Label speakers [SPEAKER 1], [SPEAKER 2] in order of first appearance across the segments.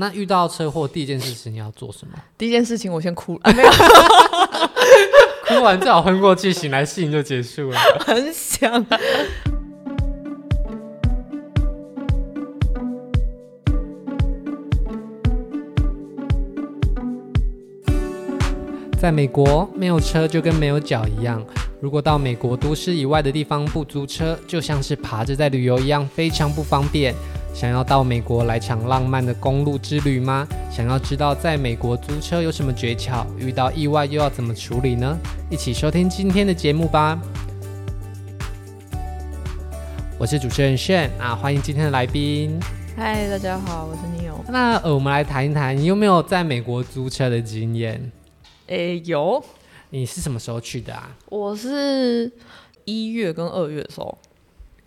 [SPEAKER 1] 那遇到车祸第一件事情你要做什么？
[SPEAKER 2] 第一件事情我先哭了，啊、 没有，
[SPEAKER 1] 哭完最好昏过去，醒来事情就结束了。
[SPEAKER 2] 很想。
[SPEAKER 1] 在美国，没有车就跟没有脚一样。如果到美国都市以外的地方不租车，就像是爬着在旅游一样，非常不方便。想要到美国来场浪漫的公路之旅吗？想要知道在美国租车有什么诀窍？遇到意外又要怎么处理呢？一起收听今天的节目吧。我是主持人炫啊，欢迎今天的来宾。
[SPEAKER 2] 嗨，大家好，我是 Neo。
[SPEAKER 1] 那呃，我们来谈一谈，你有没有在美国租车的经验？
[SPEAKER 2] 诶，哎有，
[SPEAKER 1] 你是什么时候去的啊？
[SPEAKER 2] 我是一月跟二月的时候。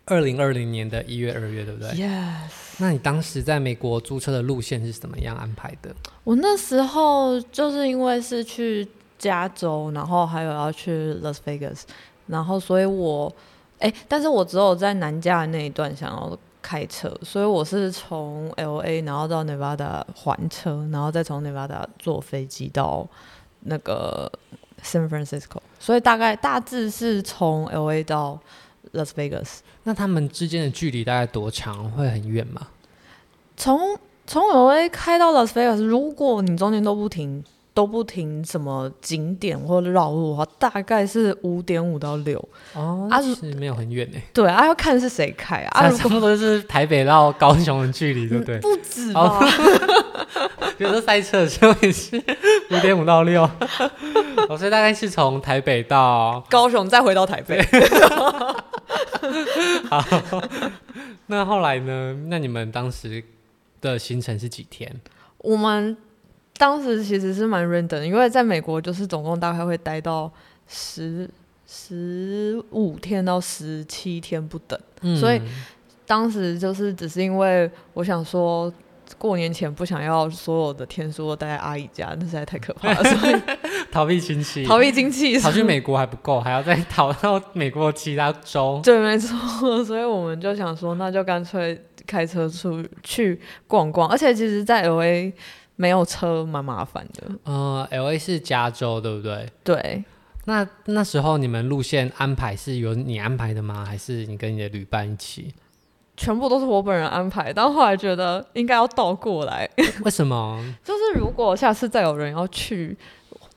[SPEAKER 1] 二零二零年的一月、二月，对不对？
[SPEAKER 2] Yes，
[SPEAKER 1] 那你当时在美国租车的路线是怎么样安排的？
[SPEAKER 2] 我那时候就是因为是去加州，然后还有要去 Las Vegas，然后所以我，哎、但是我只有在南加的那一段想要开车，所以我是从 L A 然后到 Nevada 还车，然后再从 Nevada 坐飞机到那个 San Francisco，所以大概大致是从 L A 到 Las Vegas。
[SPEAKER 1] 那他们之间的距离大概多长？会很远吗？
[SPEAKER 2] 从从 L A 开到 Las Vegas，如果你中间都不停都不停什么景点或绕路的话，大概是五点五到六。
[SPEAKER 1] 哦，
[SPEAKER 2] 啊
[SPEAKER 1] 其实没有很远诶、
[SPEAKER 2] 对啊，要看是谁开 啊，
[SPEAKER 1] 欸，差
[SPEAKER 2] 啊如嗯
[SPEAKER 1] 差不多就是台北到高雄的距离，对不对？
[SPEAKER 2] 不止吧
[SPEAKER 1] 哦？比如说塞车的时候也是五点五到六，哦，所以大概是从台北到
[SPEAKER 2] 高雄再回到台北，
[SPEAKER 1] 好。那后来呢？那你们当时的行程是几天？
[SPEAKER 2] 我们当时其实是蛮 random，的因为在美国就是总共大概会待到十十五天到十七天不等。
[SPEAKER 1] 嗯
[SPEAKER 2] 所以当时就是只是因为我想说，过年前不想要所有的天数都待在阿姨家，那实在太可怕 了，所以
[SPEAKER 1] 逃避亲戚，
[SPEAKER 2] 逃避经济，
[SPEAKER 1] 跑去美国还不够，还要再逃到美国其他州。
[SPEAKER 2] 对，没错，所以我们就想说，那就干脆开车出去逛逛，而且其实，在 L A 没有车蛮麻烦的，
[SPEAKER 1] 嗯、l A 是加州，对不对？
[SPEAKER 2] 对，
[SPEAKER 1] 那那时候你们路线安排是由你安排的吗？还是你跟你的旅伴一起？
[SPEAKER 2] 全部都是我本人安排，但后来觉得应该要倒过来，
[SPEAKER 1] 为什么？
[SPEAKER 2] 就是如果下次再有人要去。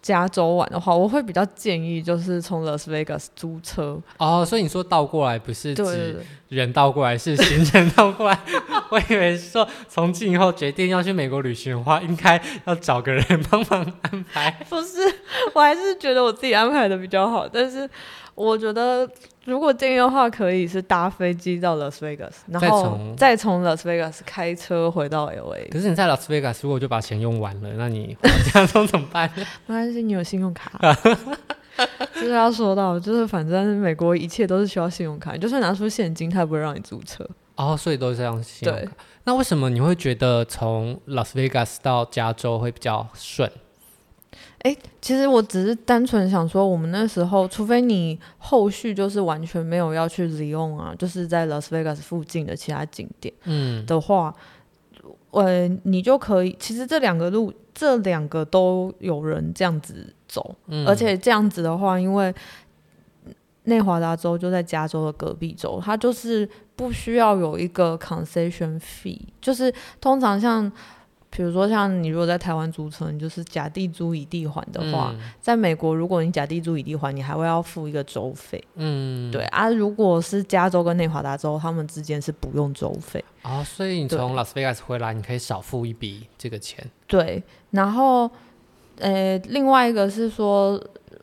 [SPEAKER 2] 加州玩的话，我会比较建议就是从 Las Vegas 租车，
[SPEAKER 1] 哦，所以你说倒过来不是
[SPEAKER 2] 对对
[SPEAKER 1] 指
[SPEAKER 2] 对，
[SPEAKER 1] 人倒过来，是行程倒过来。 我以为说从今以后决定要去美国旅行的话，应该要找个人帮忙安排。
[SPEAKER 2] 不是，我还是觉得我自己安排的比较好。但是我觉得，如果建议的话，可以是搭飞机到 Las Vegas，然后再从 Las Vegas 开车回到 LA。
[SPEAKER 1] 可是你在拉斯维加斯，如果就把钱用完了，那你回家中怎么办？
[SPEAKER 2] 没关系，你有信用卡。 就是要说到，就是反正美国一切都是需要信用卡，你就算拿出现金，他也不会让你租车。
[SPEAKER 1] 哦，所以都是这样信用
[SPEAKER 2] 对
[SPEAKER 1] 卡。那为什么你会觉得从拉斯维加斯到加州会比较顺？
[SPEAKER 2] 其实我只是单纯想说，我们那时候，除非你后续就是完全没有要去 Zion 啊，就是在 Las Vegas 附近的其他景点。
[SPEAKER 1] 嗯，
[SPEAKER 2] 的话，呃，你就可以。其实这两个路，这两个都有人这样子走，
[SPEAKER 1] 嗯
[SPEAKER 2] 而且这样子的话，因为内华达州就在加州的隔壁州，它就是不需要有一个 concession fee，就是通常像。比如说，像你如果在台湾租车，你就是甲地租乙地还的话，
[SPEAKER 1] 嗯
[SPEAKER 2] 在美国，如果你甲地租乙地还，你还会要付一个州费。
[SPEAKER 1] 嗯，
[SPEAKER 2] 对啊，如果是加州跟内华达州，他们之间是不用州费。
[SPEAKER 1] 哦，所以你
[SPEAKER 2] 对
[SPEAKER 1] 从拉斯维加斯回来，你可以少付一笔这个钱。
[SPEAKER 2] 对，然后，呃，另外一个是说，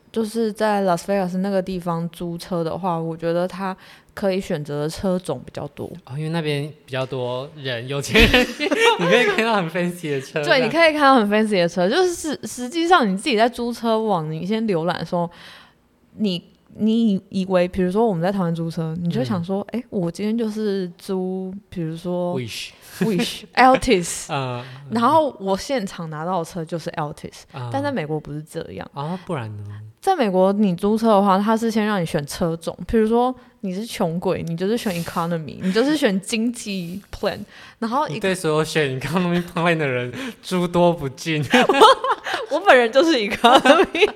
[SPEAKER 2] 就是在拉斯维加斯那个地方租车的话，我觉得它可以选择的车种比较多。
[SPEAKER 1] 哦，因为那边比较多人，有钱人， 你可以看到很 fancy 的车。
[SPEAKER 2] 对，你可以看到很 fancy 的车，就是实实际上你自己在租车网，你先浏览的时候，你你以以为，比如说我们在台湾租车，你就想说，哎、我今天就是租，比如说
[SPEAKER 1] wish
[SPEAKER 2] Wish、Altis，
[SPEAKER 1] 啊
[SPEAKER 2] 然后我现场拿到的车就是 Altis，
[SPEAKER 1] 啊，
[SPEAKER 2] 但在美国不是这样。
[SPEAKER 1] 啊，不然呢？
[SPEAKER 2] 在美国，你租车的话，它是先让你选车种，比如说你是穷鬼，你就是选 economy，你就是选经济 plan，然后
[SPEAKER 1] 你
[SPEAKER 2] 一
[SPEAKER 1] 对所有选 economy plan 的人诸多不 敬。
[SPEAKER 2] 我本人就是 economy，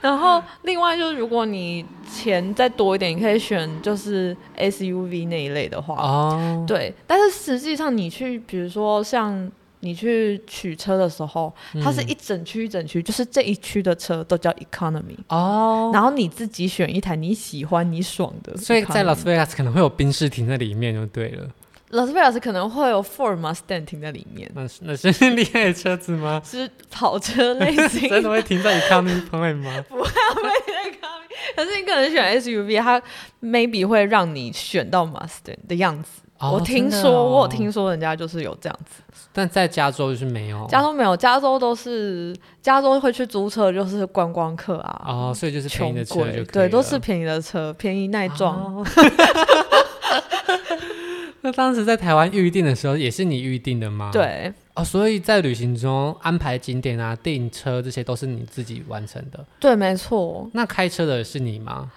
[SPEAKER 2] 然 后另外就是如果你钱再多一点，你可以选就是 SUV 那一类的话，
[SPEAKER 1] 哦，
[SPEAKER 2] 对，但是实际上你去，比如说像。你去取车的时候，它
[SPEAKER 1] 嗯
[SPEAKER 2] 是一整区一整区，就是这一区的车都叫 economy，、
[SPEAKER 1] 哦，
[SPEAKER 2] 然后你自己选一台你喜欢、你爽的 economy。
[SPEAKER 1] 所以在 Las Vegas 可能会有宾士停在里面就对了。
[SPEAKER 2] 拉斯维加斯可能会有 Ford Mustang 停在里面，
[SPEAKER 1] 那是那 是厉害的车子吗？
[SPEAKER 2] 是跑车类 型
[SPEAKER 1] 真的会停在 economy plan 吗？
[SPEAKER 2] 可是你可能选 SUV，它 maybe 会让你选到 Mustang 的样子。
[SPEAKER 1] 哦
[SPEAKER 2] 我听
[SPEAKER 1] 真
[SPEAKER 2] 说，
[SPEAKER 1] 的哦
[SPEAKER 2] 我有听说人家就是有这样子。
[SPEAKER 1] 但在加州就是没有。
[SPEAKER 2] 加州没有，加州都是加州会去租车，就是观光客啊，
[SPEAKER 1] 哦，所以就是便
[SPEAKER 2] 穷
[SPEAKER 1] 宜的车
[SPEAKER 2] 鬼
[SPEAKER 1] 就可以
[SPEAKER 2] 对，都
[SPEAKER 1] 了
[SPEAKER 2] 是便宜的车，便宜耐撞。
[SPEAKER 1] 哦那当时在台湾预定的时候，也是你预定的吗？。
[SPEAKER 2] 对，
[SPEAKER 1] 哦，所以在旅行中安排景点啊、订车这些都是你自己完成的。
[SPEAKER 2] 对，没错。
[SPEAKER 1] 那开车的是你吗？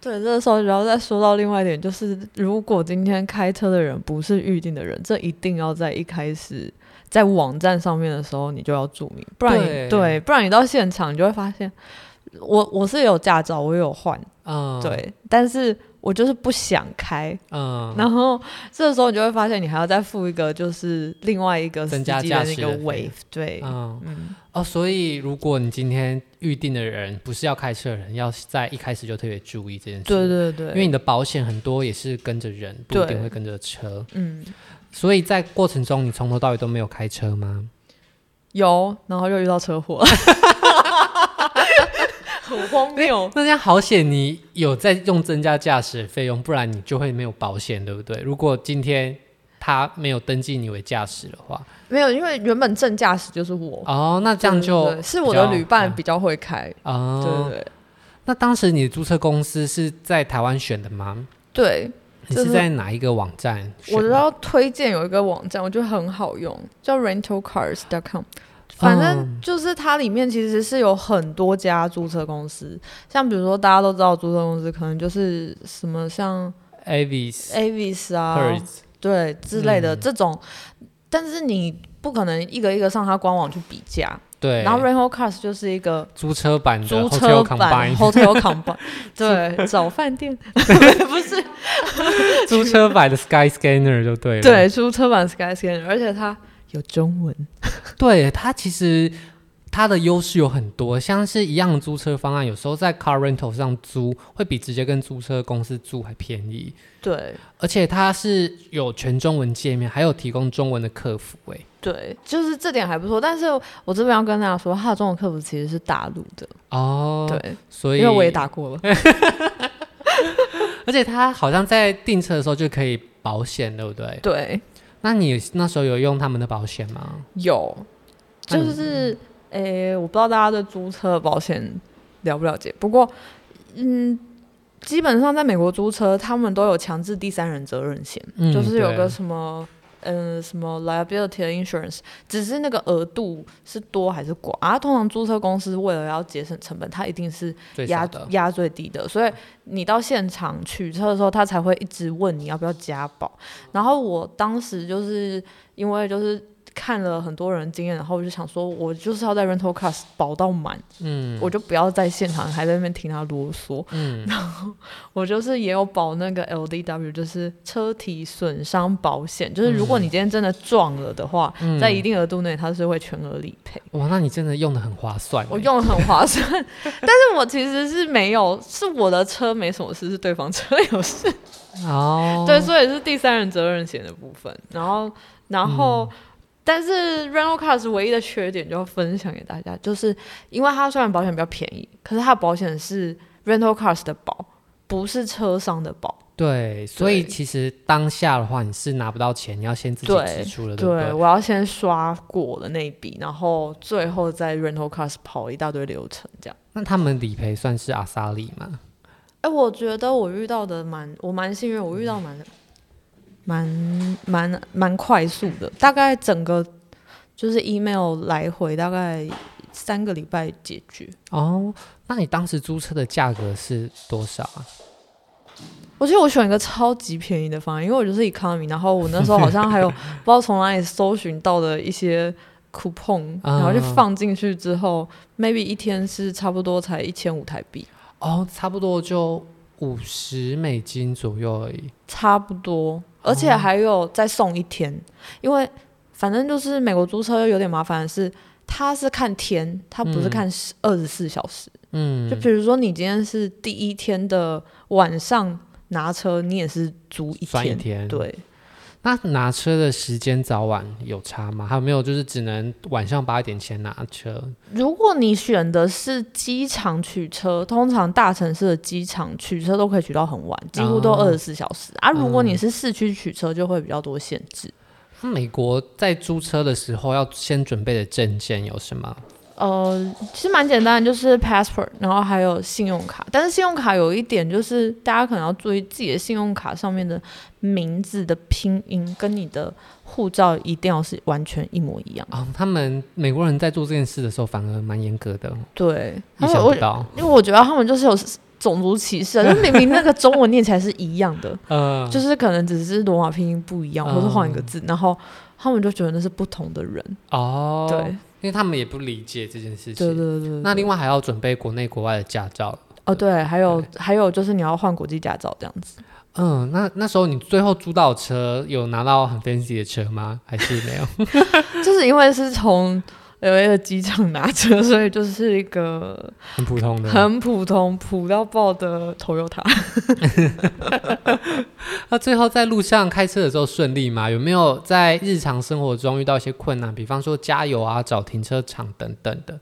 [SPEAKER 2] 对，这个时候然后再说到另外一点，就是如果今天开车的人不是预定的人，这一定要在一开始在网站上面的时候你就要注明，不然你
[SPEAKER 1] 对
[SPEAKER 2] 对不然你到现场你就会发现，我我是有驾照，我有换，
[SPEAKER 1] 嗯，，
[SPEAKER 2] 对，但是我就是不想开，
[SPEAKER 1] 嗯，
[SPEAKER 2] 然后这时候你就会发现你还要再付一个就是另外一个司
[SPEAKER 1] 增
[SPEAKER 2] 机
[SPEAKER 1] 加
[SPEAKER 2] 的
[SPEAKER 1] 驾
[SPEAKER 2] 那
[SPEAKER 1] 驶
[SPEAKER 2] 个
[SPEAKER 1] 的费
[SPEAKER 2] wave，对，
[SPEAKER 1] 嗯
[SPEAKER 2] 嗯，
[SPEAKER 1] 哦，所以如果你今天预定的人不是要开车的人，要在一开始就特别注意这件事。
[SPEAKER 2] 对对对，
[SPEAKER 1] 因为你的保险很多也是跟着人，不一定
[SPEAKER 2] 对
[SPEAKER 1] 会跟着车，
[SPEAKER 2] 嗯
[SPEAKER 1] 所以在过程中你从头到尾都没有开车吗？
[SPEAKER 2] 有，然后又遇到车祸。 很荒谬，
[SPEAKER 1] 那这样好险，你有在用增加驾驶费用，不然你就会没有保险，对不对？如果今天他没有登记你为驾驶的话，
[SPEAKER 2] 没有，因为原本正驾驶就是我，
[SPEAKER 1] 哦，那这样就
[SPEAKER 2] 对对对是我的
[SPEAKER 1] 比较嗯
[SPEAKER 2] 旅伴比较会开，对
[SPEAKER 1] 哦，
[SPEAKER 2] 对对
[SPEAKER 1] 那当时你的注册公司是在台湾选的吗？
[SPEAKER 2] 对。
[SPEAKER 1] 你
[SPEAKER 2] 就是
[SPEAKER 1] 是在哪一个网站选
[SPEAKER 2] 我
[SPEAKER 1] 的？
[SPEAKER 2] 知道推荐有一个网站，我觉得很好用，叫
[SPEAKER 1] 哦
[SPEAKER 2] rentalcars.com。反正就是它里面其实是有很多家租车公司，像比如说大家都知道租车公司可能就是什么像
[SPEAKER 1] Avis、
[SPEAKER 2] Avis
[SPEAKER 1] h
[SPEAKER 2] 啊
[SPEAKER 1] e r z
[SPEAKER 2] 对之类的
[SPEAKER 1] 嗯
[SPEAKER 2] 这种，但是你不可能一个一个上它官网去比价，
[SPEAKER 1] 对，
[SPEAKER 2] 然后 rentalcars 就是一个
[SPEAKER 1] 租车版的
[SPEAKER 2] 租
[SPEAKER 1] Hotel
[SPEAKER 2] 车 版
[SPEAKER 1] Combine
[SPEAKER 2] hotel combine，对， 找饭店 不是
[SPEAKER 1] 租车版的 Skyscanner 就对了。
[SPEAKER 2] 对租车版 skyscanner，而且它有中文，
[SPEAKER 1] 对它其实它的优势有很多，像是一样的租车方案，有时候在 Car Rental 上租会比直接跟租车公司租还便宜，
[SPEAKER 2] 对
[SPEAKER 1] 而且它是有全中文界面，还有提供中文的客服、欸。
[SPEAKER 2] 对，就是这点还不错。但是我这边要跟大家说，它的中文客服其实是大陆的，
[SPEAKER 1] 哦，，
[SPEAKER 2] 对，
[SPEAKER 1] 所以
[SPEAKER 2] 因为我也打过 了，
[SPEAKER 1] 而且它好像在订车的时候就可以保险，对不对？
[SPEAKER 2] 对，
[SPEAKER 1] 那你那时候有用他们的保险吗？
[SPEAKER 2] 有，
[SPEAKER 1] 那你
[SPEAKER 2] 就是诶、我不知道大家对租车的保险了不了解，不过嗯。基本上在美国租车，他们都有强制第三人责任险。
[SPEAKER 1] 嗯，
[SPEAKER 2] 就是有
[SPEAKER 1] 对
[SPEAKER 2] 个什么，嗯，什么 liability insurance，只是那个额度是多还是寡啊？通常租车公司为了要节省成本，它一定是
[SPEAKER 1] 最少
[SPEAKER 2] 压
[SPEAKER 1] 的
[SPEAKER 2] 压最低的，所以你到现场取车的时候，他才会一直问你要不要加保。然后我当时就是因为就是。看了很多人经验，然后我就想说，我就是要在 rental cars 保到满，
[SPEAKER 1] 嗯
[SPEAKER 2] 我就不要在现场还在那边听他啰嗦。
[SPEAKER 1] 嗯，
[SPEAKER 2] 我就是也有保那个 LDW，就是车体损伤保险，就是如果
[SPEAKER 1] 嗯
[SPEAKER 2] 你今天真的撞了的话，在一定额度内它是会全额理赔。
[SPEAKER 1] 哇，那你真的用的很划算、欸。
[SPEAKER 2] 我用的很划算， 但是我其实是没有，是我的车没什么事，是对方车有事。
[SPEAKER 1] 哦，
[SPEAKER 2] 对，所以是第三人责任险的部分。然后，然后，
[SPEAKER 1] 嗯
[SPEAKER 2] 但是 rental cars 唯一的缺点就要分享给大家，就是因为它虽然保险比较便宜，可是它的保险是 rental cars 的保，不是车商的保。
[SPEAKER 1] 对，所以其实当下的话，你是拿不到钱，你要先自己支出了，对不
[SPEAKER 2] 对，我要先刷过了那一笔，然后最后在 rental cars 跑一大堆流程这样。
[SPEAKER 1] 那他们理赔算是阿萨利吗？
[SPEAKER 2] 哎、我觉得我遇到的蛮，我蛮幸运，我遇到蛮蛮蛮蛮快速的，大概整个就是 email 来回大概三个礼拜解决。
[SPEAKER 1] 哦，那你当时租车的价格是多少啊？
[SPEAKER 2] 我记得我选一个超级便宜的方案，因为我就是 economy，然后我那时候好像还有不知道从哪里搜寻到的一些 coupon，
[SPEAKER 1] 啊
[SPEAKER 2] 然后就放进去之后，maybe 一天是差不多才一千五台币，
[SPEAKER 1] 哦，差不多就五十美金左右而已。
[SPEAKER 2] 差不多，
[SPEAKER 1] 哦
[SPEAKER 2] 而且还有再送一天，因为反正就是美国租车有点麻烦的是。它是看天，它不是看二十四小时。就
[SPEAKER 1] 嗯，
[SPEAKER 2] 比如说，你今天是第一天的晚上拿车，你也是租一
[SPEAKER 1] 算一
[SPEAKER 2] 天。
[SPEAKER 1] 天。，
[SPEAKER 2] 对，
[SPEAKER 1] 那拿车的时间早晚有差吗？还有没有就是只能晚上八点前拿车？
[SPEAKER 2] 如果你选的是机场取车，通常大城市的机场取车都可以取到很晚，几乎都
[SPEAKER 1] 哦嗯
[SPEAKER 2] 二十四小时、啊。如果你是市区取车，就会比较多限制。
[SPEAKER 1] 那美国在租车的时候要先准备的证件有什么？
[SPEAKER 2] 呃，其实蛮简单的，就是 passport，然后还有信用卡。但是信用卡有一点就是，大家可能要注意自己的信用卡上面的名字的拼音跟你的护照一定要是完全一模一样。
[SPEAKER 1] 哦，他们美国人在做这件事的时候反而蛮严格的，
[SPEAKER 2] 对，
[SPEAKER 1] 意
[SPEAKER 2] 因为
[SPEAKER 1] 想不
[SPEAKER 2] 哦我
[SPEAKER 1] 到。
[SPEAKER 2] 因为我觉得他们就是有种族歧视啊，就明明那个中文念起来是一样 的。
[SPEAKER 1] 呃，
[SPEAKER 2] 就是可能只是罗马拼音不一样，
[SPEAKER 1] 嗯
[SPEAKER 2] 或是换一个字，然后他们就觉得那是不同的人。
[SPEAKER 1] 哦，
[SPEAKER 2] 对，
[SPEAKER 1] 因为他们也不理解这件事情。
[SPEAKER 2] 对对对对。
[SPEAKER 1] 那另外还要准备国内国外的驾照。
[SPEAKER 2] 哦对，还有还有就是你要换国际驾照这样子，
[SPEAKER 1] 嗯，那那时候你最后租到的车有拿到很 fancy 的车吗？ 还是 没有？
[SPEAKER 2] 就是因为是从 L A 的机场拿车，所以就是一个
[SPEAKER 1] 很普通的。
[SPEAKER 2] 很普通、普到爆的 Toyota。
[SPEAKER 1] 那最后在路上开车的时候顺利吗？有没有在日常生活中遇到一些困难？比方说加油啊、找停车场等等的。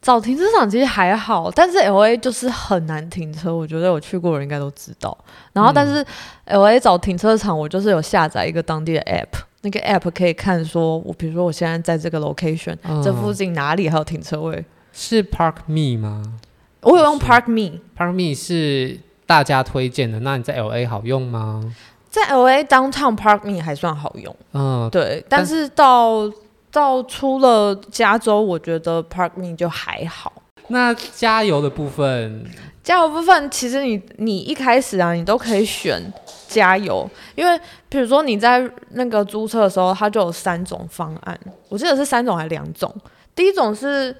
[SPEAKER 2] 找停车场其实还好，但是 L A 就是很难停车，我觉得有去过的人应该都知道。然后，但是
[SPEAKER 1] 嗯
[SPEAKER 2] L A 找停车场，我就是有下载一个当地的 app，那个 app 可以看说，我比如说我现在在这个 location，、
[SPEAKER 1] 嗯
[SPEAKER 2] 这附近哪里还有停车位，
[SPEAKER 1] 是 Park Me 吗
[SPEAKER 2] 我有用
[SPEAKER 1] 是
[SPEAKER 2] Park Me。
[SPEAKER 1] ？Park Me 是大家推荐的，那你在 LA 好用吗？
[SPEAKER 2] 在 L A downtown Park Me 还算好用，
[SPEAKER 1] 嗯，
[SPEAKER 2] 对，
[SPEAKER 1] 但
[SPEAKER 2] 但是到到出了加州，我觉得 Park Me 就还好。
[SPEAKER 1] 那加油的部分，
[SPEAKER 2] 加油部分，其实你你一开始啊，你都可以选加油，因为比如说你在那个租车的时候，它就有三种方案，我记得是三种还是两种。第一种是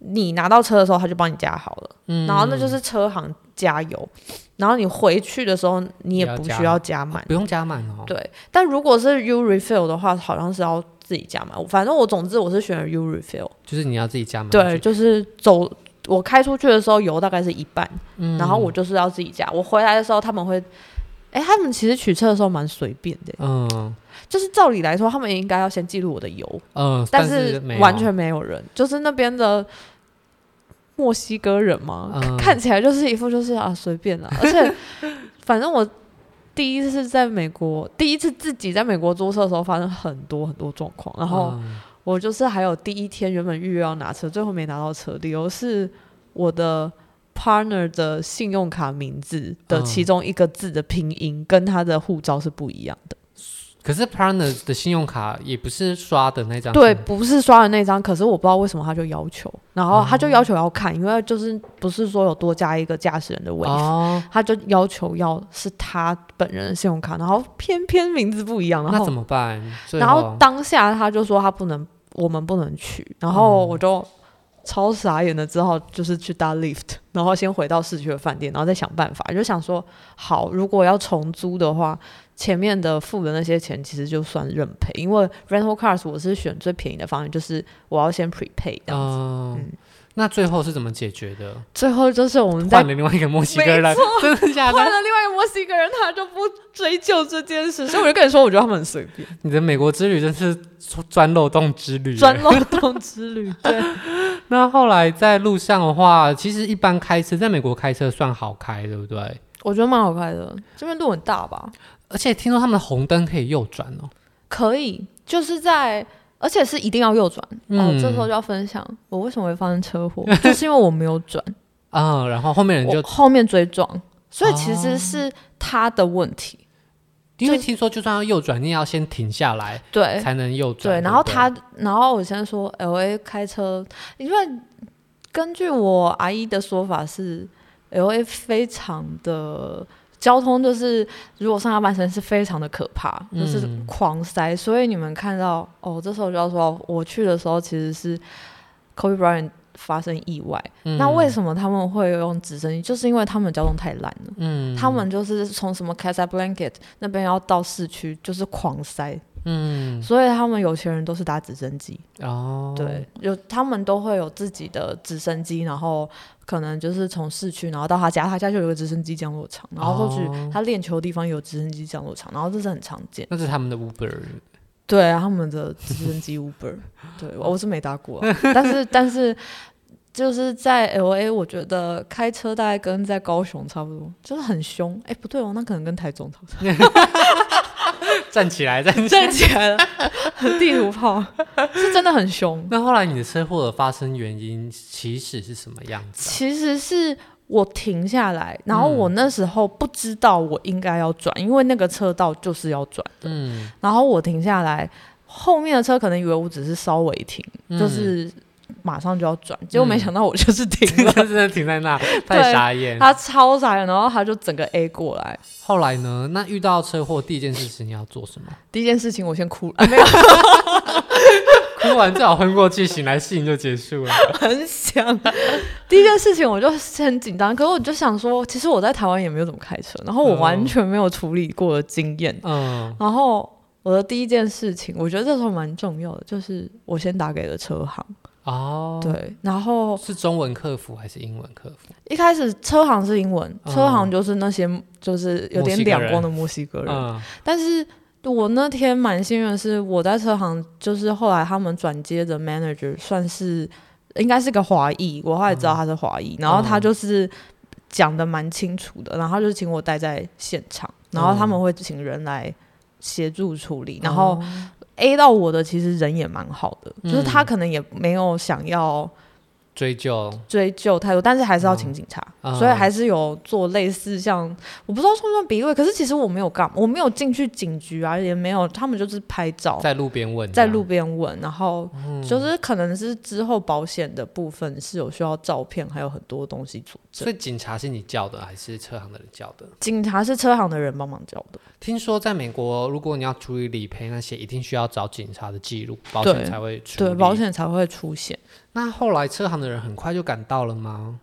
[SPEAKER 2] 你拿到车的时候，他就帮你加好了，
[SPEAKER 1] 嗯，
[SPEAKER 2] 然后那就是车行加油，然后你回去的时候你也不需要加满。
[SPEAKER 1] 不用加满哦。
[SPEAKER 2] 对，但如果是 U refill 的话，好像是要自己加满。我反正我总之我是选了 U refill，
[SPEAKER 1] 就是你要自己加满。
[SPEAKER 2] 对，，就是走我开出去的时候油大概是一半。
[SPEAKER 1] 嗯
[SPEAKER 2] 然后我，就是要自己加。我回来的时候，他们会，哎，他们其实取车的时候蛮随便的，
[SPEAKER 1] 嗯
[SPEAKER 2] 就是照理来说，他们应该要先记录我的油，
[SPEAKER 1] 嗯，
[SPEAKER 2] 但
[SPEAKER 1] 是
[SPEAKER 2] 是
[SPEAKER 1] 没有
[SPEAKER 2] 完全没有人，就是那边的墨西哥人嘛，
[SPEAKER 1] 嗯
[SPEAKER 2] 看起来就是一副就是啊随便啦，而且反正我。第一次在美国，第一次自己在美国租车的时候，发生很多很多状况。然后
[SPEAKER 1] 嗯
[SPEAKER 2] 我就是还有第一天原本预约要拿车，最后没拿到车，理由是我的 partner 的信用卡名字的
[SPEAKER 1] 嗯
[SPEAKER 2] 其中一个字的拼音跟他的护照是不一样的。
[SPEAKER 1] 可是 Partner 的信用卡也不是刷的那张，
[SPEAKER 2] 对，，不是刷的那张，可是我不知道为什么他就要求，然后他就要求要看，因为就是不是说有多加一个驾驶人的位置。
[SPEAKER 1] 哦，
[SPEAKER 2] 他就要求要是他本人的信用卡，然后偏偏名字不一样，然
[SPEAKER 1] 那
[SPEAKER 2] 后
[SPEAKER 1] 怎么办？最
[SPEAKER 2] 然后当下他就说他不能，我们不能去，然后我就超傻眼的，只好就是去搭 lift，然后先回到市区的饭店，然后再想办法，就想说好，如果要重租的话，前面的付的那些钱其实就算认赔，因为 rental cars 我是选最便宜的方案，就是我要先 prepay 这样子。
[SPEAKER 1] 嗯
[SPEAKER 2] 嗯，
[SPEAKER 1] 那最后是怎么解决的？
[SPEAKER 2] 最后就是我们在
[SPEAKER 1] 换了另外一个墨西哥人
[SPEAKER 2] 没，
[SPEAKER 1] 真的假
[SPEAKER 2] 换
[SPEAKER 1] 的？
[SPEAKER 2] 了另外一个墨西哥人，他就不追究这件事，所 以我就跟你说，我觉得他们很随便，
[SPEAKER 1] 你的美国之旅真是钻漏洞之旅，
[SPEAKER 2] 钻漏洞之旅。 对，
[SPEAKER 1] 那后来在路上的话，其实一般开车在美国开车算好开，对不对？
[SPEAKER 2] 我觉得蛮好开的。这边路很大吧？
[SPEAKER 1] 而且听说他们的红灯可以右转哦。
[SPEAKER 2] 可以，就是在，而且是一定要右转。哦，
[SPEAKER 1] 嗯
[SPEAKER 2] 这时候就要分享我为什么会发生车 祸，就是因为我没有转，
[SPEAKER 1] 啊、然后后面人
[SPEAKER 2] 我
[SPEAKER 1] 就哦
[SPEAKER 2] 后面追撞，所以其实是他的问题。
[SPEAKER 1] 因为听说就算要右转，你也要先停下来
[SPEAKER 2] 对
[SPEAKER 1] 才能右转。对不
[SPEAKER 2] 呃对，
[SPEAKER 1] 对，
[SPEAKER 2] 然后他，然后我先说，L A 开车，因为根据我阿姨的说法是，L A 非常的。交通就是，如果上下班时间是非常的可怕，就是
[SPEAKER 1] 嗯
[SPEAKER 2] 狂塞，所以你们看到哦，这时候就要说，我去的时候其实是 Kobe Bryant 发生意外，
[SPEAKER 1] 嗯
[SPEAKER 2] 那为什么他们会用直升机？就是因为他们交通太烂了，
[SPEAKER 1] 嗯
[SPEAKER 2] 他们就是从什么 Casablanca 那边要到市区，就是狂塞，
[SPEAKER 1] 嗯
[SPEAKER 2] 所以他们有钱人都是搭直升机。
[SPEAKER 1] 哦
[SPEAKER 2] 对，有他们都会有自己的直升机，然后可能就是从市区，然后到他家，他家就有一个直升机降落场，然后或许
[SPEAKER 1] 哦
[SPEAKER 2] 他练球的地方有直升机降落场，然后这是很常见。
[SPEAKER 1] 那是他们的 Uber
[SPEAKER 2] 对，他们的直升机 Uber，对我我是没搭过啊、但是 但是就是在 L A，我觉得开车大概跟在高雄差不多，就是很凶。哎、不对哦，那可能跟台中差不多。
[SPEAKER 1] 站起来站起来。
[SPEAKER 2] 站起来了，地图炮是真的很凶。
[SPEAKER 1] 那后来你的车祸的发生原因其实是什么样子、啊？
[SPEAKER 2] 其实是我停下来，然后我那时候不知道我应该要转，因为那个车道就是要转，
[SPEAKER 1] 嗯，
[SPEAKER 2] 然后我停下来，后面的车可能以为我只是稍微停，
[SPEAKER 1] 嗯
[SPEAKER 2] 就是马上就要转，结果
[SPEAKER 1] 嗯。
[SPEAKER 2] 没想到我就是停了
[SPEAKER 1] 真的停在那，太傻眼。
[SPEAKER 2] 他超傻眼，然后他就整个 A 过来。
[SPEAKER 1] 后来呢？那遇到车祸第一件事情你要做什么？
[SPEAKER 2] 第一件事情，我先哭了，啊没有，
[SPEAKER 1] 哭完最好昏过去，醒来事情就结束了。
[SPEAKER 2] 很想。啊 第一件事情，我就很紧张，可是我就想说，其实我在台湾也没有怎么开车，然后我
[SPEAKER 1] 哦
[SPEAKER 2] 完全没有处理过的经验，
[SPEAKER 1] 嗯
[SPEAKER 2] 然后我的第一件事情，我觉得这时候蛮重要的，就是我先打给了车行，
[SPEAKER 1] 哦，
[SPEAKER 2] 对，然后
[SPEAKER 1] 是中文客服还是英文客服？
[SPEAKER 2] 一开始车行是英文，
[SPEAKER 1] 嗯
[SPEAKER 2] 车行就是那些就是有点两光的墨西哥人，
[SPEAKER 1] 嗯
[SPEAKER 2] 但是。我那天蛮幸运的是，我在车行，就是后来他们转接的 manager 算是应该是个华裔，我后来知道他是华
[SPEAKER 1] 嗯
[SPEAKER 2] 裔，然后他就是讲的蛮清楚的，然后他就请我待在现场，
[SPEAKER 1] 嗯
[SPEAKER 2] 然后他们会请人来协助处
[SPEAKER 1] 哦
[SPEAKER 2] 理，然后 A 到我的其实人也蛮好的，
[SPEAKER 1] 嗯
[SPEAKER 2] 就是他可能也没有想要
[SPEAKER 1] 追究，
[SPEAKER 2] 追究太多，但是还是要请警察，
[SPEAKER 1] 嗯
[SPEAKER 2] 所以还是有做类似像我不知道算不算比位，可是其实我没有干嘛，我没有进去警局啊，也没有，他们就是拍照。
[SPEAKER 1] 在路嗯边问，
[SPEAKER 2] 在路边问，然后就是可能是之后保险的部分是有需要照片，还有很多东西佐证。
[SPEAKER 1] 所以警察是你叫的还是车行的人叫的？
[SPEAKER 2] 警察是车行的人帮忙交的，
[SPEAKER 1] 听说在美国，如果你要处理理赔那些，一定需要找警察的记录，保险
[SPEAKER 2] 对
[SPEAKER 1] 才会处理。
[SPEAKER 2] 对，保。险才会 出现。
[SPEAKER 1] 那后来车行的人很快就赶到了吗？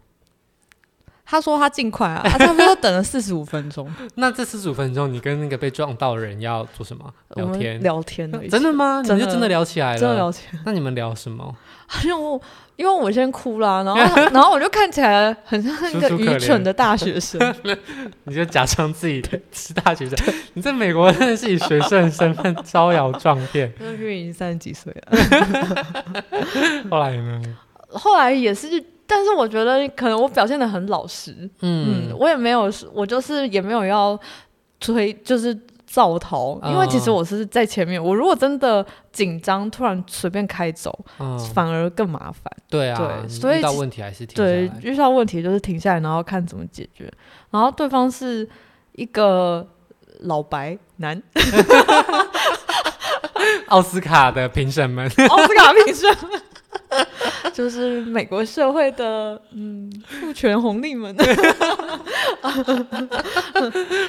[SPEAKER 2] 他说他尽快啊，他差不多等了四十五分钟，
[SPEAKER 1] 那这四十五分钟，你跟那个被撞到的人要做什么？
[SPEAKER 2] 我
[SPEAKER 1] 聊
[SPEAKER 2] 们
[SPEAKER 1] 天？
[SPEAKER 2] 聊天而已
[SPEAKER 1] 真的吗？你
[SPEAKER 2] 真
[SPEAKER 1] 们
[SPEAKER 2] 的
[SPEAKER 1] 就真的聊起来
[SPEAKER 2] 真的
[SPEAKER 1] 了？
[SPEAKER 2] 聊天，
[SPEAKER 1] 那你们聊什么？
[SPEAKER 2] 因为我因为我先哭啦，然后 然后我就看起来很像一个
[SPEAKER 1] 楚楚可
[SPEAKER 2] 愚
[SPEAKER 1] 怜
[SPEAKER 2] 蠢的大学生，
[SPEAKER 1] 你就假装自己 是大学生，你在美国真的是以学生的身份招摇撞 骗。
[SPEAKER 2] 那是已经三十几岁啊了。
[SPEAKER 1] 后来呢？
[SPEAKER 2] 后来也是，但是我觉得可能我表现的很老实，嗯，
[SPEAKER 1] 嗯
[SPEAKER 2] 我也没有，我就是也没有要推，就是。造逃，因为其实
[SPEAKER 1] 嗯
[SPEAKER 2] 我是在前面。我如果真的紧张，突然随便开走，
[SPEAKER 1] 嗯，
[SPEAKER 2] 反而更麻烦。
[SPEAKER 1] 对啊，
[SPEAKER 2] 对
[SPEAKER 1] 你
[SPEAKER 2] 所以
[SPEAKER 1] 遇到
[SPEAKER 2] 其
[SPEAKER 1] 问题还是停下
[SPEAKER 2] 对
[SPEAKER 1] 来，。
[SPEAKER 2] 遇到问题就是停下来，然后看怎么解决。然后对方是一个老白男，
[SPEAKER 1] 奥斯卡的评审 们，
[SPEAKER 2] 奥斯卡评审， 就是美国社会的嗯父权红利们。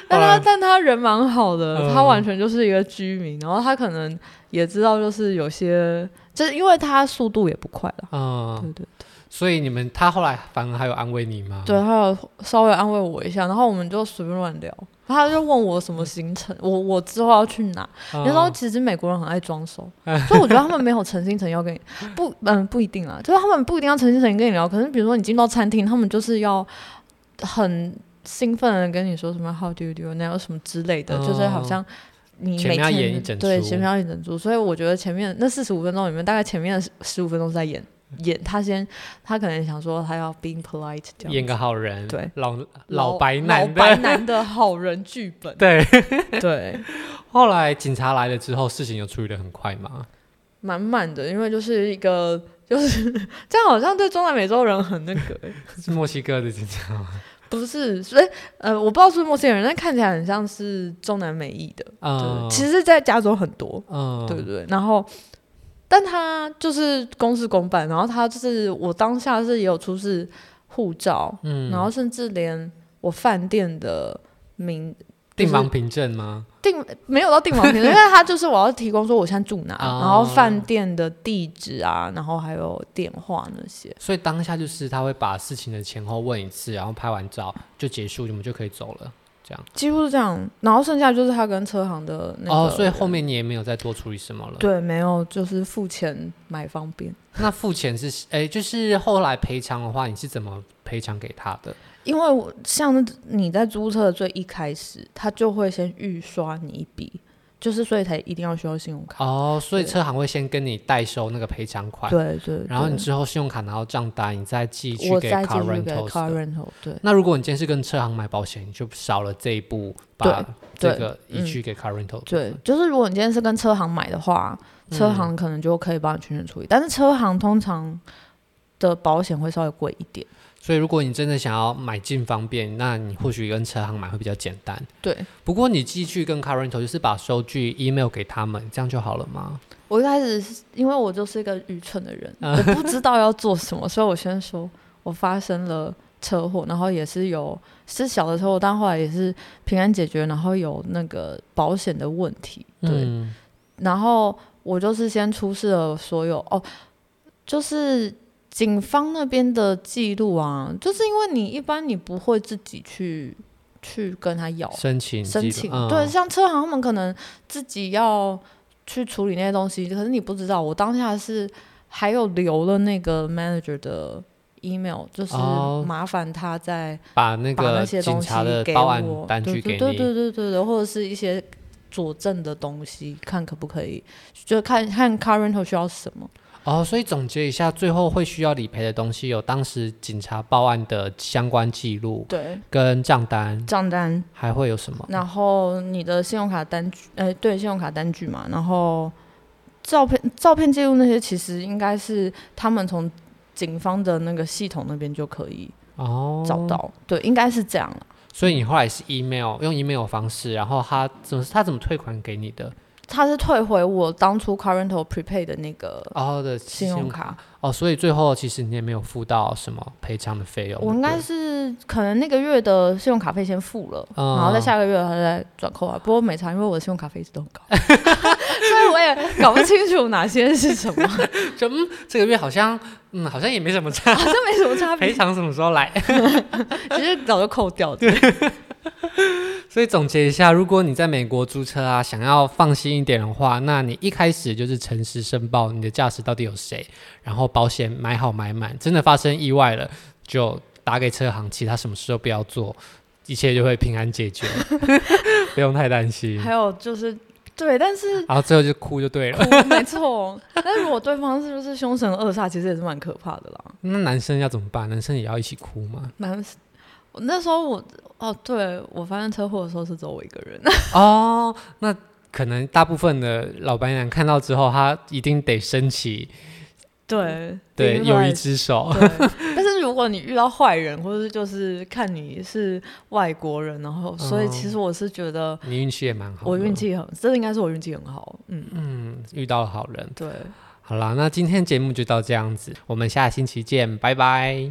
[SPEAKER 2] 但他但他人蛮好的，
[SPEAKER 1] 嗯
[SPEAKER 2] 他完全就是一个居民，然后他可能也知道，就是有些就是因为他速度也不快了，
[SPEAKER 1] 嗯，
[SPEAKER 2] 对对
[SPEAKER 1] 所以你们他后来反而还有安慰你吗？
[SPEAKER 2] 对，，他有稍微安慰我一下，然后我们就随便乱聊。他就问我什么行程，我我之后要去哪？
[SPEAKER 1] 嗯、
[SPEAKER 2] 那时候其实美国人很爱装熟，所以我觉得他们没有诚心诚意要跟你不 嗯不一定啊，就是他们不一定要诚心诚意跟你聊。可是比如说你进到餐厅，他们就是要很兴奋的跟你说什么 How do you do，那有什么之类的，
[SPEAKER 1] 哦
[SPEAKER 2] 就是好像你
[SPEAKER 1] 前
[SPEAKER 2] 每
[SPEAKER 1] 面要
[SPEAKER 2] 天
[SPEAKER 1] 演一整
[SPEAKER 2] 对
[SPEAKER 1] 出
[SPEAKER 2] 前面要演一整出，所以我觉得前面那四十五分钟里面，大概前面的十五分钟是在演演他先，他可能想说他要 being polite 这样
[SPEAKER 1] 演个好人，
[SPEAKER 2] 对，
[SPEAKER 1] 老老白
[SPEAKER 2] 老
[SPEAKER 1] 男
[SPEAKER 2] 白
[SPEAKER 1] 的，，
[SPEAKER 2] 男的好人剧本
[SPEAKER 1] 对。
[SPEAKER 2] 对，
[SPEAKER 1] 后来警察来了之后，事情有处理的很快嘛？
[SPEAKER 2] 满满的，因为就是一个 就是这样，好像对中南美洲人很那个、 欸
[SPEAKER 1] 是墨西哥的警察吗？
[SPEAKER 2] 不是，所以呃，我不知道是不是墨西哥人，但看起来很像是中南美裔的，
[SPEAKER 1] 嗯，
[SPEAKER 2] 对，其实，在加州很多，
[SPEAKER 1] 嗯，
[SPEAKER 2] 对不对？然后，但他就是公事公办，然后他就是我当下是也有出示护照，
[SPEAKER 1] 嗯，
[SPEAKER 2] 然后甚至连我饭店的名
[SPEAKER 1] 订
[SPEAKER 2] 就是
[SPEAKER 1] 房凭证吗？
[SPEAKER 2] 订没有到订房凭证，因为他就是我要提供说我现在住哪，
[SPEAKER 1] 哦
[SPEAKER 2] 然后饭店的地址啊，然后还有电话那些。
[SPEAKER 1] 所以当下就是他会把事情的前后问一次，然后拍完照就结束，你们就可以走了。这样、
[SPEAKER 2] 几乎是这样，然后剩下就是他跟车行的那个
[SPEAKER 1] 哦，所以
[SPEAKER 2] 人
[SPEAKER 1] 后面你也没有再多处理什么了。
[SPEAKER 2] 对没有就是付钱买方便，
[SPEAKER 1] 那付钱是哎、就是后来赔偿的话，你是怎么赔偿给他的？
[SPEAKER 2] 因为我像你在租车的最一开始，他就会先预刷你一笔，就是所以才一定要需要信用卡。
[SPEAKER 1] 哦，所以
[SPEAKER 2] 对
[SPEAKER 1] 车行会先跟你代收那个赔偿款，
[SPEAKER 2] 对对，
[SPEAKER 1] 然后你
[SPEAKER 2] 对
[SPEAKER 1] 之后信用卡拿到账单，你再寄去
[SPEAKER 2] 我
[SPEAKER 1] 给
[SPEAKER 2] 再继
[SPEAKER 1] Car
[SPEAKER 2] 续给
[SPEAKER 1] Rentals 的嗯
[SPEAKER 2] car rental，对
[SPEAKER 1] 那如果你今天是跟车行买保险，你就少了这一步，把这
[SPEAKER 2] 对
[SPEAKER 1] 个
[SPEAKER 2] 对
[SPEAKER 1] 移去给 car rental。
[SPEAKER 2] 对，，就是如果你今天是跟车行买的话，车
[SPEAKER 1] 嗯
[SPEAKER 2] 行可能就可以帮你全权处理，但是车行通常的保险会稍微贵一点。
[SPEAKER 1] 所以如果你真的想要买进方便，那你或许跟车行买会比较简单。
[SPEAKER 2] 对
[SPEAKER 1] 不过你寄去跟 car rental，就是把收据 email 给他们，这样就好了吗？
[SPEAKER 2] 我一开始是因为我就是一个愚蠢的人，我不知道要做什么，所以 我先说我发生了车祸，然后也是有是小的车祸，但后来也是平安解决，然后有那个保险的问题。对，
[SPEAKER 1] 嗯，
[SPEAKER 2] 然后我就是先出示了所有哦，就是警方那边的记录啊，就是因为你一般你不会自己去去跟他要
[SPEAKER 1] 申请
[SPEAKER 2] 哦申
[SPEAKER 1] 记
[SPEAKER 2] 请，
[SPEAKER 1] 录嗯、
[SPEAKER 2] 对，像车行他们可能自己要去处理那些东西，可是你不知道，我当下是还有留了那个 manager 的 email，就是
[SPEAKER 1] 哦
[SPEAKER 2] 麻烦他在。
[SPEAKER 1] 把那
[SPEAKER 2] 把那
[SPEAKER 1] 个
[SPEAKER 2] 些
[SPEAKER 1] 警
[SPEAKER 2] 东西
[SPEAKER 1] 察的
[SPEAKER 2] 给
[SPEAKER 1] 报案
[SPEAKER 2] 我，
[SPEAKER 1] 单据给你。
[SPEAKER 2] 对对对对对对，或者是一些佐证的东西，看可不可以，就看看 current 需要什么。
[SPEAKER 1] 哦，所以总结一下，最后会需要理赔的东西有当时警察报案的相关记录
[SPEAKER 2] 对，
[SPEAKER 1] 跟账单，
[SPEAKER 2] 账单，
[SPEAKER 1] 还会有什么？
[SPEAKER 2] 然后你的信用卡单据，呃，对，信用卡单据嘛，然后照片、照片记录那些，其实应该是他们从警方的那个系统那边就可以
[SPEAKER 1] 哦，
[SPEAKER 2] 找到，对，应该是这样啦
[SPEAKER 1] 所以你后来是 email 用 email 方式，然后他怎么他怎么退款给你的？
[SPEAKER 2] 他是退回我当初 current prepay 的那个
[SPEAKER 1] 哦的
[SPEAKER 2] 信用卡，
[SPEAKER 1] 哦，所以最后其实你也没有付到什么赔偿的费用。
[SPEAKER 2] 我应该
[SPEAKER 1] 对不对
[SPEAKER 2] 是可能那个月的信用卡费先付了，
[SPEAKER 1] 嗯
[SPEAKER 2] 然后在下个月他再转扣啊。不过没差，因为我的信用卡费一直都很高， 所以我也搞不清楚哪些是什么，好
[SPEAKER 1] 就嗯，这个月好像嗯好像也没什么 差，
[SPEAKER 2] 像啊没什么差
[SPEAKER 1] 赔
[SPEAKER 2] 别，
[SPEAKER 1] 偿什么时候来？
[SPEAKER 2] 其实早就扣掉的。
[SPEAKER 1] 所以总结一下，如果你在美国租车啊，想要放心一点的话，那你一开始就是诚实申报你的驾驶到底有谁，然后保险买好买满，真的发生意外了就打给车行，其他什么事都不要做，一切就会平安解决， 不用太担心。
[SPEAKER 2] 还有就是对，但是
[SPEAKER 1] 然后最后就哭就对了。
[SPEAKER 2] 我没错，但如果对方是不是凶神恶煞，其实也是蛮可怕的啦。
[SPEAKER 1] 那男生要怎么办？男生也要一起哭吗？
[SPEAKER 2] 蛮，我那时候我哦，对我发生车祸的时候是只有我一个人，
[SPEAKER 1] 哦，那可能大部分的老白娘看到之后，他一定得升起
[SPEAKER 2] 对
[SPEAKER 1] 对
[SPEAKER 2] 另
[SPEAKER 1] 友
[SPEAKER 2] 外
[SPEAKER 1] 谊之手。
[SPEAKER 2] 对，但是如果你遇到坏人，或者是就是看你是外国人，然后所以
[SPEAKER 1] 嗯
[SPEAKER 2] 其实我是觉得
[SPEAKER 1] 你运气也蛮好的，
[SPEAKER 2] 我运气很，真的应该是我运气很好。嗯，
[SPEAKER 1] 嗯遇到了好人。
[SPEAKER 2] 对。
[SPEAKER 1] 好啦，那今天节目就到这样子，我们下星期见，拜拜。